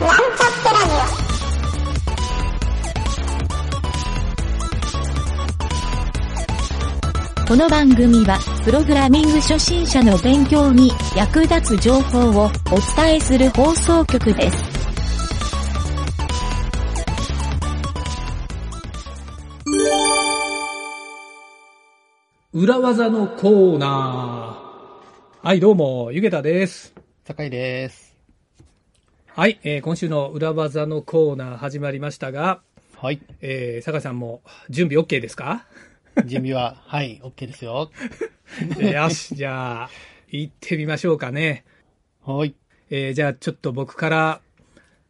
ワンチャップラジオ。この番組は、プログラミング初心者の勉強に役立つ情報をお伝えする放送局です。裏技のコーナー。はい、どうも、ゆげたです。酒井です。はい、えー今週の裏技のコーナー始まりましたが、 はい。えー、坂井さんも準備 OK ですか準備は、はい、OK ですよ。え ーよし、じゃあ、行ってみましょうかね。はい。えーじゃあ、ちょっと僕から、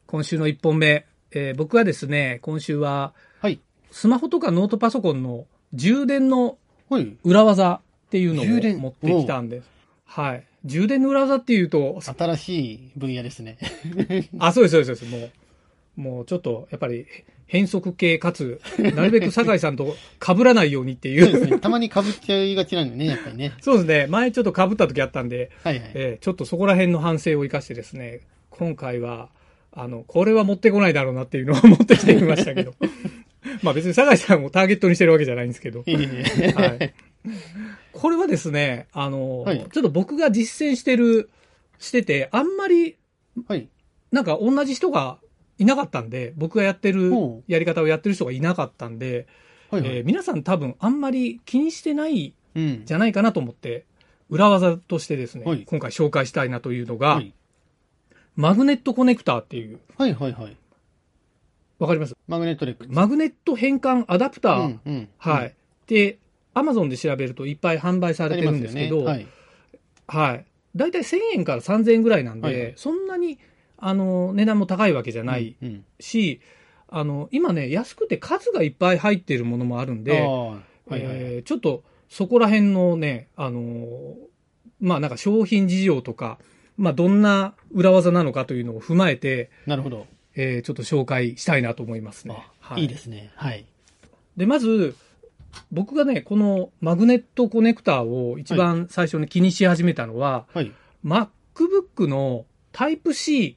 今週の1本目。えー僕はですね、今週は、はい。スマホとかノートパソコンの充電のはい。裏技っていうの充を電持ってきたんです。はい。充電の裏技っていうと、新しい分野です ね。あ、そうです、そうです、そうです。もう、もうちょっと、やっぱり、変則系かつ、なるべく酒井さんと被らないようにっていそうですう。ね。たまに被っちゃいがちなんでね、やっぱりね。そうですね。前ちょっと被った時あったんで、はいはい。えーちょっとそこら辺の反省を生かしてですね、今回は、あの、これは持ってこないだろうなっていうのを 持ってきてみましたけど。 まあ別に酒井さんをターゲットにしてるわけじゃないんですけ ど。いいねはい。これはですね、あの、はいちょっと僕が実践してる、してて、あんまりはい。なんか同じ人がいなかったんで、僕がやってるおう、やり方をやってる人がいなかったんで、はいはえーい。皆さん多分あんまり気にしてないうん。じゃゃないかなと思って、裏技としてですね、はい今回紹介したいなというのが、はい。マグネットコネクターっていう、はいはいはい。わかりますマグネットレック。マグネット変換アダプター、うんうん。はい。うん。で、アマゾンで調べるといっぱい販売されてるんですけど、ありはい。だいたい1000円から3000円ぐらいなんで、はいはいそんなに、あの、値段も高いわけじゃますよねなはいい。うん。し、あの、今ね、安くて数がいっぱい入っているものもあるんで、あで、あはいはいはい。えーちょっとそこら辺のね、あのーまあなんか商品事情とか、まあどんな裏技なのかというのを踏まえて、なるほど。えーちょっと紹介したいなと思いますね。はいいいですね。はい。で、まず、僕がね、このマグネットコネクターを一番最初に気にし始めたのは、はい。 MacBook の Type-C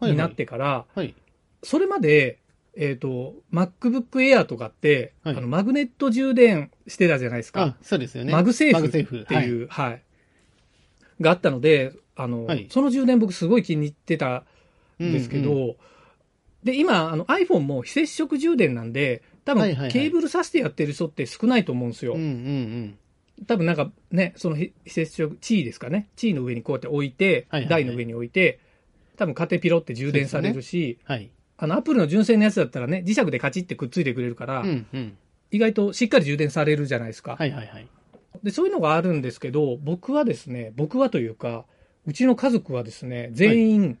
はい。になってから、はい。それまで、えっ、と、MacBook Air とかって、はいあの、マグネット充電してたじゃないですあか。、そうですよね。マグセーフマグセーフ。っていう、はい、があったので、あの、はいその充電僕すごい気に入ってたはい。んですけど、うんうん。で、今、あの iPhone も非接触充電なんで、多分、はいはいはいケーブル挿してやってる人って少ないと思うんですよ。うんうん多分なんかね、その非非接触、地位ですかね。地位の上にこうやって置いて、はいはいは台いの上に置いて、多分家庭ピロって充電されるし、うん。はい。あの、アップルの純正のやつだったらね、磁石でカチってくっついてくれるから、うんうん。意外としっかり充電されるじゃないですか、はいはいはい。で、そういうのがあるんですけど、僕はですね、僕はというか、うちの家族はですね、全員、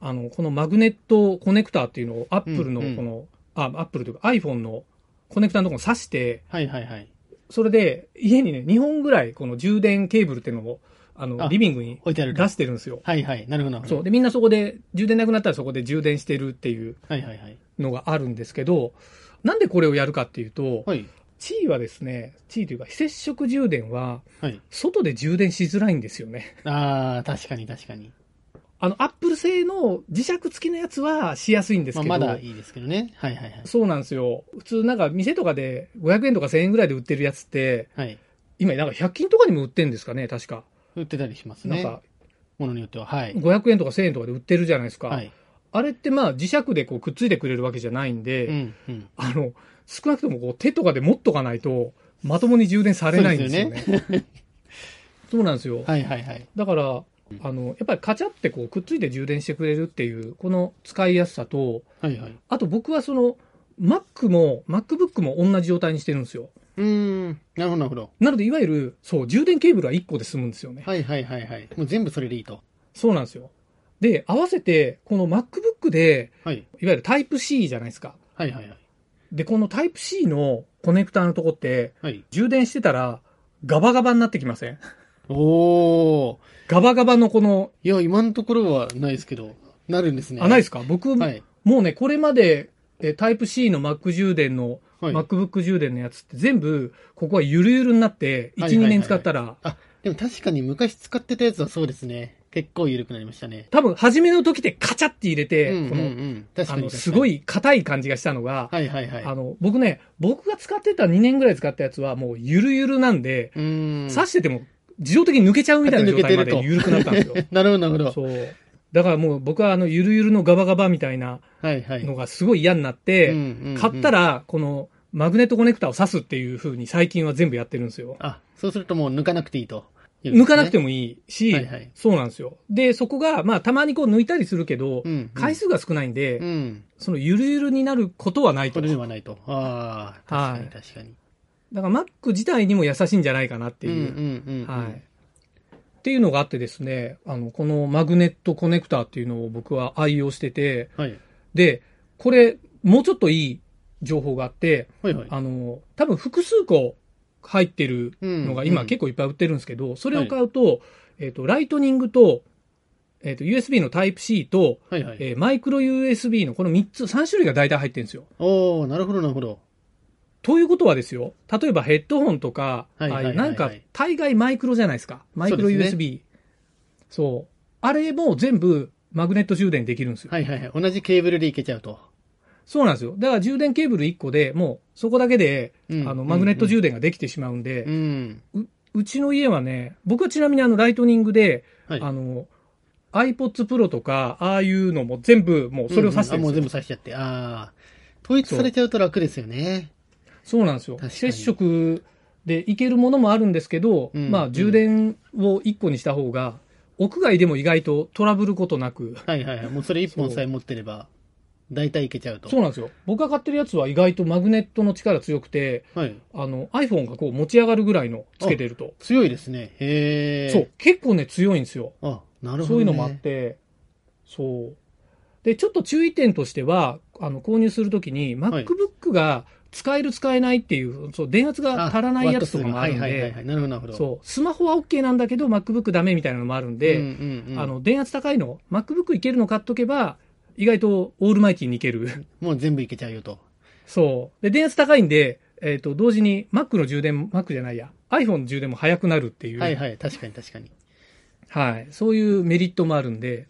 あの、このマグネットコネクターっていうのを、アップルのうんうんこの、あ、アップルというか iPhone のコネクターのところに挿して、はいはいはい。それで、家にね、2本ぐらい、この充電ケーブルっていうのを、あの、あリビングに置いてあると出してるんですよ。はいはい。なるほどなるほど。そう。で、みんなそこで、充電なくなったらそこで充電してるっていうはいはいはい。のがあるんですけど、なんでこれをやるかっていうと、はい。地位はですね、地位というか非接触充電は、はい。外で充電しづらいんですよね。ああ、確かに確かに。あの、アップル製の磁石付きのやつはしやすいんですまあ、けど、まだいいですけどね。はいはいはい。そうなんですよ。普通なんか店とかで500円とか1000円ぐらいで売ってるやつって、はい。今なんか100均とかにも売ってるんですかね、確か。売ってたりしますなんね。かものによっては。はい。 500円とか1000円とかで売ってるじゃないですか。はい。あれってまあ磁石でこうくっついてくれるわけじゃないんで、うんうん。あの、少なくともこう手とかで持っとかないと、まともに充電されないんですよね。そう なんですよ。はいはいはい。だから、あの、やっぱりカチャってこうくっついて充電してくれるっていう、この使いやすさと、はいはい。あと僕はその、Mac も、MacBook も同じ状態にしてるんですよ。うーん。なるほどなるほど。なので、いわゆる、そう、充電ケーブルは1個で済むんですよね。はいはいはいはい。もう全部それでいいと。そうなんですよ。で、合わせて、この MacBook で、はい。いわゆる Type-C じゃないですか。はいはいはい。で、このタイプ C のコネクターのとこって、はい。充電してたら、ガバガバになってきませんおー。ガバガバのこの、いや、今のところはないですけど、なるんですね。あ、ないですすか僕、はい。もうね、これまで、えタイプ C の Mac 充電の、はい。 MacBook 充電のやつって全部、ここはゆるゆるになって、1、はいはいはい2年使ったら、でも確かに昔使ってたやつはそうですね。結構緩くなりましたね。多分、初めの時ってカチャって入れて、うんうんこうの、ん。確かあに確かの、に。すご。い硬い感じがしたのが、はいはいはい。あの、僕ね、僕が使ってた2年ぐらい使ったやつは、もうゆるゆるなんで、うーん。刺してても自動的に抜けちゃうみたいな状態まで緩くなったんですよ。 なるほどなるほど。そう。だからもう僕はあの、ゆるゆるのガバガバみたいなはいはい。のがすごい嫌になって、買ったら。ら、この、マグネットコネクタを挿すっていう風に最近は全部やってるんですよ。あ、そうするともう抜かなくていいと。抜かなくても。もいいし、はいはいそうなんですよ。で、そこが、まあ、たまにこう抜いたりするけど、うんうん。回数が少ないんで、うん。そのゆるゆるになることはない。ことれだでかはないと。ああ、確かに確かに。ら Mac 自体にも優しいんじゃないかなっていう。うんうんうんうん。はい。っていうのがあってですね、あの、このマグネットコネクターっていうのを僕は愛用してて、はい。で、これ、もうちょっといい情報があって、はいはい。あの、多分複数個入ってるのがう今ん結構いっぱい売ってるんですけど、それを買うと、えっ、と、ライトニングと、えっ、と、USB の Type-C と、はいはい。えーマイクロ USB のこの3つ、3種類が大体入ってるんですよ。おー、なるほどなるほど。ということはですよ、例えばヘッドホンとか、あはいはいはいあはいういなんか大概マイクロじゃないですか。マイクロそうです USB。そう,、あれも全部マグネット充電できるんですよ。はいはいはい。同じケーブルでいけちゃうと。そうなんですよ。だから充電ケーブル1個でもうそこだけで、うんあのマグネット充電ができてしまうんで、ううん。ちの家はね、僕はちなみにあのライトニングで、はいあの iPods Pro とか、ああいうのも全部もうそれを挿してうんうんあるんもでうすよ。全部刺しちゃって。ああ。統一されちゃうと楽ですよね。そうなんですよ確。か接に触でいけるものもあるんですけど、うんまうあん充電を1個にした方が、屋外でも意外とトラブることなく、はいはいはい。もうそれ一本さえ持ってれば、大体いけちゃうと。そうなんですよ。僕が買ってるやつは意外とマグネットの力強くて、はい。あの iPhone がこう持ち上がるぐらいのつけてると。強いですね。へえ。そう。、結構ね強いんですよ。あ、なるほど、ね。そういうのもあっ。て、そう。で、ちょっと注意点としては、あの、購入するときに、はい MacBook が使える使えないっていう、そう、電圧が足らないやつとかもあるんはいはいはいでは、い。なるほど、なるほど。そう、スマホは OK なんだけど、MacBook ダメみたいなのもあるんうんで、うんうん、あの、電圧高いの、MacBook いけるの買っとけば、意外とオールマイティーにいける。 もう全部いけちゃうよと。そう。で、電圧高いんで、えっ、と、同時に Mac の充電、Mac じゃないや、iPhone の充電も早くなるっていう、はいはい。確かに確かに。はいそういうメリットもあるんで、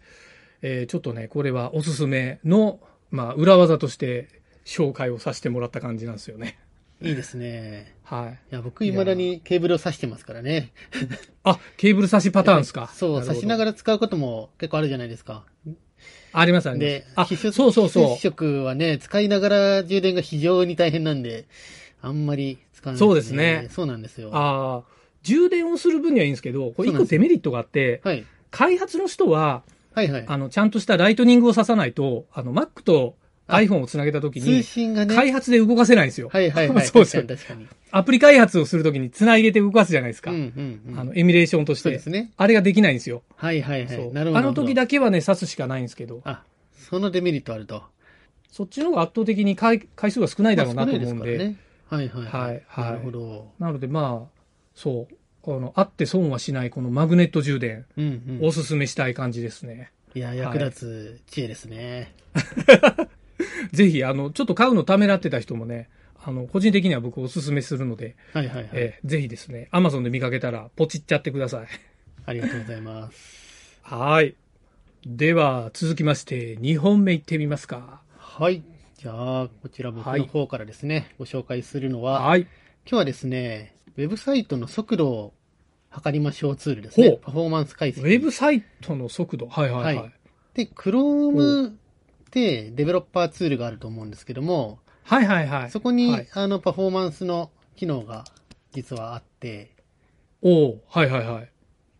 えーちょっとね、これはおすすめの、まあ、裏技として紹介をさせてもらった感じなんですよね。いいですね。はい。いや、僕、未だにケーブルを挿してますからね。あ、ケーブル差しパターンですか。そう、挿しながら。ら使うことも結構あるじゃないですか。ありますありでま、非す。接あ、そうそうそう非接。触はね、使いながら充電が非常に大変なんで、あんまり使わない、そうですねそうなんですよ。ああ、充電をする分にはいいんですけど、これそう一なん個ですデメリットがあって、はい。開発の人は、はいはい。あの、ちゃんとしたライトニングを挿さないと、あの、Mac とあ iPhone をつなげたとき通に、信がね。開発で動かせないんですよ。はいはいは い。そうですよ確かに確かに。アプリ開発をするときにつないでて動かすじゃないですか。うんうんうん。あの、エミュレーションとしそうでてす。ね。あれができないんですよ。はいはいはそい。うなるほど。あの時なるだけはね、挿すしかないんですけどほ、ど。あ、そのデメリットあると。そっちの方が圧倒的に回回数が少ないだろうなと思うんまあ少ないで、すからね。はいはい。はいはいなるほど。なのでまあ、そう、この、あって損はしないこのマグネット充電、うんうおん。すすめしたい感じですね。いや、役立つ知恵ですね。ぜひ、あの、ちょっと買うのためらってた人もね、あの、個人的には僕おすすめするので、はいはいはい。えーぜひですね、アマゾンで見かけたら、ポチっちゃってください。ありがとうございます。はい。では、続きまして、2本目いってみますか。はい。じゃあ、こちら僕の方からですね、ご紹介するのは、はい。今日はですね、ウェブサイトの速度を測りましょうツールですねほう。パフォーマンス解ウ析。ェブサイトの速度。はいはいはい。ははいい、で、Chrome ってデベロッパーツールがあると思うんですけども、はい、はいはいそこに、はいあの、パフォーマンスの機能が実はあって、おうはいはいはい。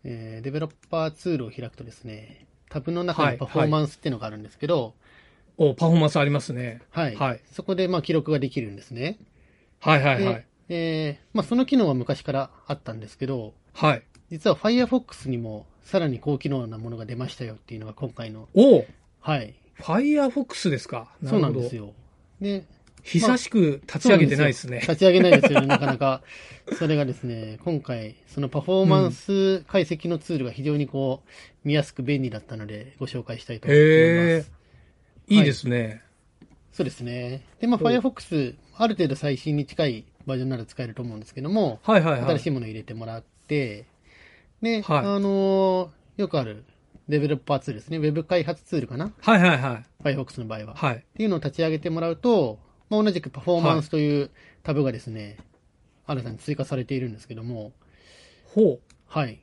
えーデベロッパーツールを開くとですね、タブの中はいにパフォーマンスっていうのがあるんですけど、おうパフォーマンスありますね。はい。はいそこで、まあ、記録ができるんですね。はいはいはいで。えーまあ、その機能は昔からあったんですけど、はい。実は Firefox にもさらに高機能なものが出ましたよっていうのが今回の、おうはい。 Firefox ですか。そうなんるほどですよ。で、久しく立ち上げてないですね。立ち上げないですよね、なかなか。それがですね、今回、そのパフォーマンス解析のツールが非常にこう、見やすく便利だったので、ご紹介したいと思いまへえす。。いいですね。そうですね。で、まあ、Firefox、ある程度最新に近いバージョンなら使えると思うんですけども、はいはいは新しいい。ものを入れてもらって、で、はいあのーよくある、デベロッパーツールですね。ウェブ開発ツールかなはいはいはい。 ?Firefox の場合は。はい。っていうのを立ち上げてもらうと、まあ、同じくパフォーマンスというタブがですね、新たに追加されているんですけども、ほはい。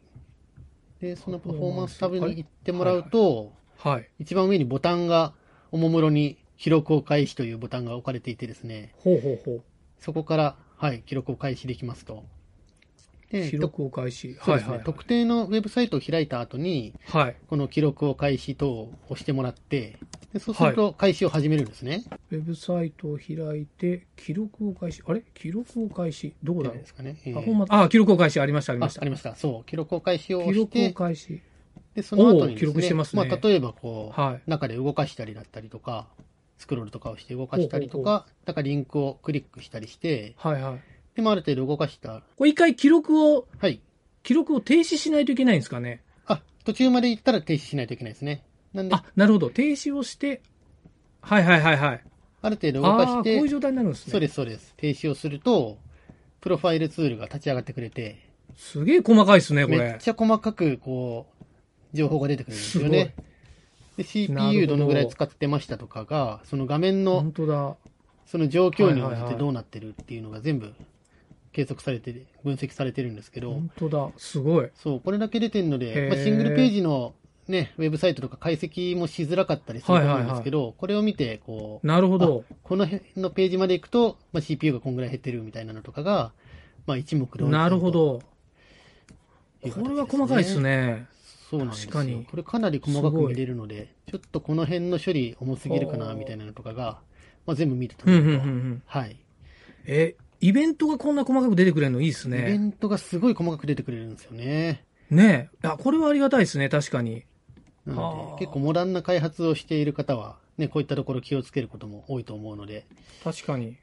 で、そのパフォーマンスパタフォブーマンスに行ってもらうと、う。はい。一番上にボタンが、おもむろに記録を開始というボタンが置かれていてですね、ほうほうほそこから、はい、記録を開始できますと。う。で、記と録を開始。そうはでいすねはい。特定のウェブサイトを開いた後に、はい。この記録を開始等を押してもらって、でそうすると開始を始めるんですね。ウェブサイトを開いて、記録を開始。あれ記録を開始。どうじだゃなろいうですかね。えーあ、ほんま、あ、記録を開始。ありました、ありまあしたあ。りました。そう。記録を開始を記押し録をて、開始。で、その後にです、ね、おー記録してますねまあ、例えばこう、はい中で動かしたりだったりとか、スクロールとかをして動かしたりとほうほうか、なんかリンクをクリックしたりして、はいはい。で、まあ、ある程度動かした。これ一回記録を、はい。記録を停止しないといけないんですかね。あ、途中まで行ったら停止しないといけないですね。なんで、あ、なるほど。停止をして、はいはいはいはい。ある程度動ああかー、こしうていう、状態になるんですね。そうです、そうです。停止をすると、プロファイルツールが立ち上がってくれて、すげえ細かいですね、こめっれ。ちゃ細かく、こう、情報が出てくるんですよね。で、なる CPU ほどどのぐらい使ってましたとかが、その画面の本当だ。その状況に応はいじはいてはいどうなってるっていうのが全部計測されて、分析されてるんですけど本、当だ。すごい。そう、これだけ出てるので、へーまあ、シングルページのね、ウェブサイトとか解析もしづらかったりすると思うんですけど、これを見て、こう、なるほど。この辺のページまで行くと、まあ、CPU がこんぐらい減ってるみたいなのとかが、まあ、一目瞭然なるほとど。いうこ形れは細かいです。ね。そうなんですよ確かにこれかなり細かすくごい見れるので、ちょっとこの辺の処理重すぎるかな、みたいなのとかが、まあ、全部見てたうんうんうんんうん。はい。え、イベントがこんな細かく出てくれるのいいですイベね。ントがすごい細かく出てくれるんですよね。ねえ。あ、これはありがたいですね、確かに。なあのーで、結構モダンな開発をしている方は、ね、こういったところ気をつけることも多いと思うので、確かに。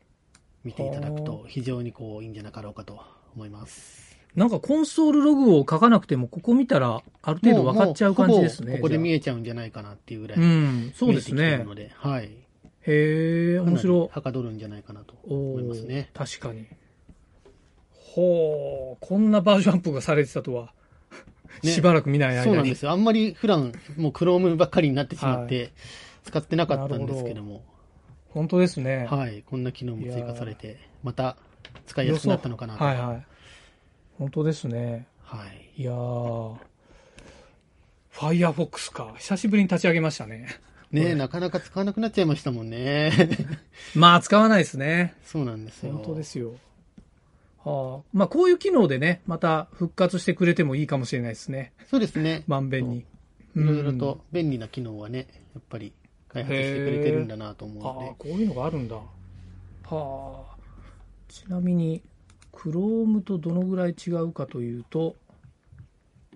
見ていただくはと非常にこう、いいんじゃなかろうかと思います。なんかコンソールログを書かなくても、ここ見たら、ある程度分かっちゃう感じですもうね。ほぼここで見ええちゃうんじゃないかなっていうぐらい。うん、そうです見えてきてるねの。で、はい。へえ、面白いかなり。はかどるんじゃないかなとお思いますね。ー確かに。ほう、こんなバージョンアップがされてたとは、ねしばらく見ない間に。そうなんですよ。あんまり普段、もう Chrome ばっかりになってしまって、使ってなかったんですけども、本当ですね。はい。こんな機能も追加されて、また使いやすくなったのかなと。はいはい。本当ですね。はい。いやー。Firefox か。久しぶりに立ち上げましたね。ねえ、なかなか使わなくなっちゃいましたもんね。まあ、使わないですね。そうなんですよ。本当で。すよ。はあ、まあ、こういう機能でね、また復活してくれてもいいかもしれないですね。そうですね。まんべんに。いろいろと便利な機能はね、やっぱり開発してくれてるんだなと思うああので、こういうのがあるんだはあちなみに Chrome とどのぐらい違うかというと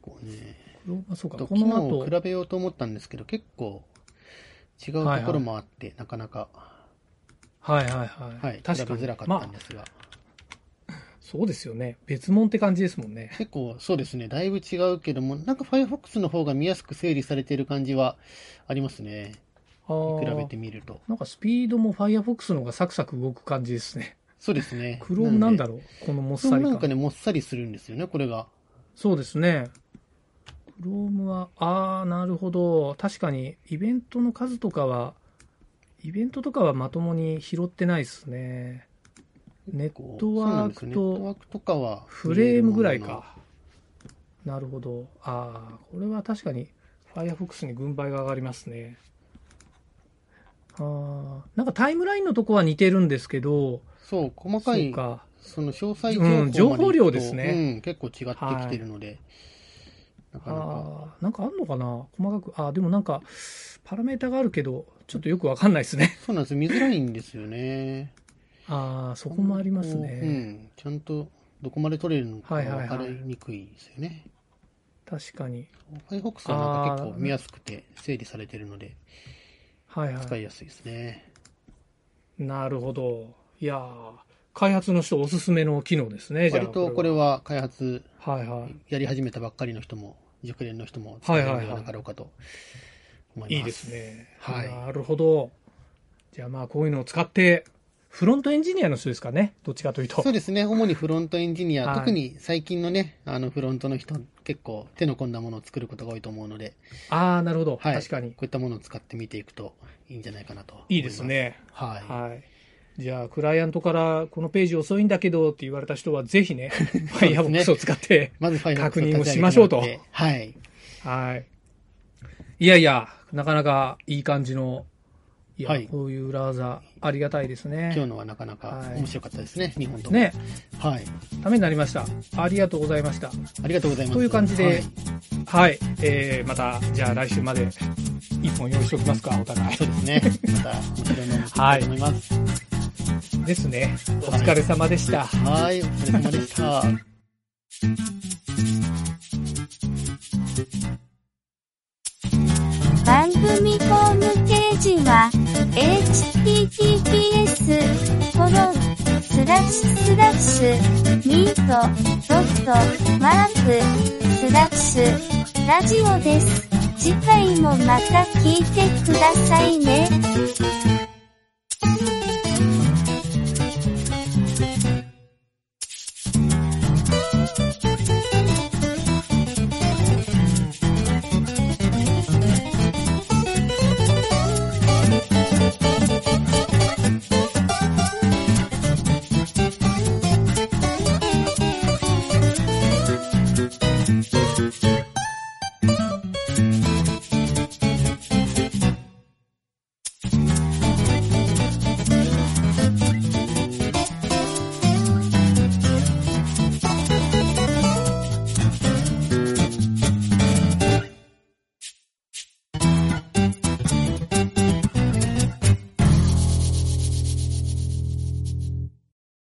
こうね、 Chrome あそうかとこ機の能後を比べようと思ったんですけど、結構違うところもあって、なかなか、はいはいはい、はい、確比かべにづらかったんまであすが、そうですよね別物って感じですもんね結構そうですね、だいぶ違うけども、なんか Firefox の方が見やすく整理されている感じはありますね。ああ比べてみると。なんかスピードも Firefox の方がサクサク動く感じですねそうですね。 Chrome なんだろろうこのもっうなさりんで感なんかね、もっさりするんですよね、これが。そうですね Chrome はああなるほど確かにイベントの数とかはイベントとかはまともに拾ってないですねネッこうトワーそうクなんですよネットワとークとかは。フレームぐらいか。なるほど。ああ、これは確かに Firefox に軍配が上がりますね。ああ、なんかタイムラインのとこは似てるんですけど、そう、細そかういか。その詳細うん情情報まで行くと、報量ですねうん、結構違ってきてるので、なかなか。ああ、なんかあんのかな細かく。ああ、でもなんか、パラメータがあるけど、ちょっとよくわかんないですね。そうなんです見づらいんですよね。ああ、そこもありますうね。ん、ちゃんとどこまで取れるのかはいはいはい分かりにくいですよね。確かに。 Firefox はなんか結あ構ー見やすくて整理されてるのではいは使いい。やすいですね。なるほど。いやー開発の人おすすめの機能ですね、じゃあ。割とこれは。は開発はいはい。やり始めたばっかりの人も、熟練の人も使えるのではなかろうかと思います。いいです。ね。はいなるほど。じゃあまあこういうのを使って、フロントエンジニアの人ですかね。どっちかというと。そうですね。主にフロントエンジニア、はい特に最近のね、あのフロントの人、結構手の込んだものを作ることが多いと思うので、ああ、なるほど。はい確かにこ。ういったものを使って見ていくといいんじゃないかなと思いいです。ね。はい。はい。じゃあ、クライアントから、このページ遅いんだけどって言われた人は、ぜひ ね、ファイアボックスを使って、まずファイル確認をしましょうとはい。はい。いやいや、なかなかいい感じの、いや、はいこういう裏技、ありがたいです今日ね。のはなかなかはい面白かったですね、日本とも。ね、はい。ためになりました。ありがとうございました。ありがとうございます。という感じではいはい。えー、また、じゃあ来週まで、一本用意しておきますか、お互いそ。うですね。また面白いのを見つけたいと思います。ですね。お疲れ様でした。はい、お疲れ様でした。番組ホームページは https コロンスラッシュスラッシュミートドットマークスラッシュラジオです。次回もまた聞いてくださいね。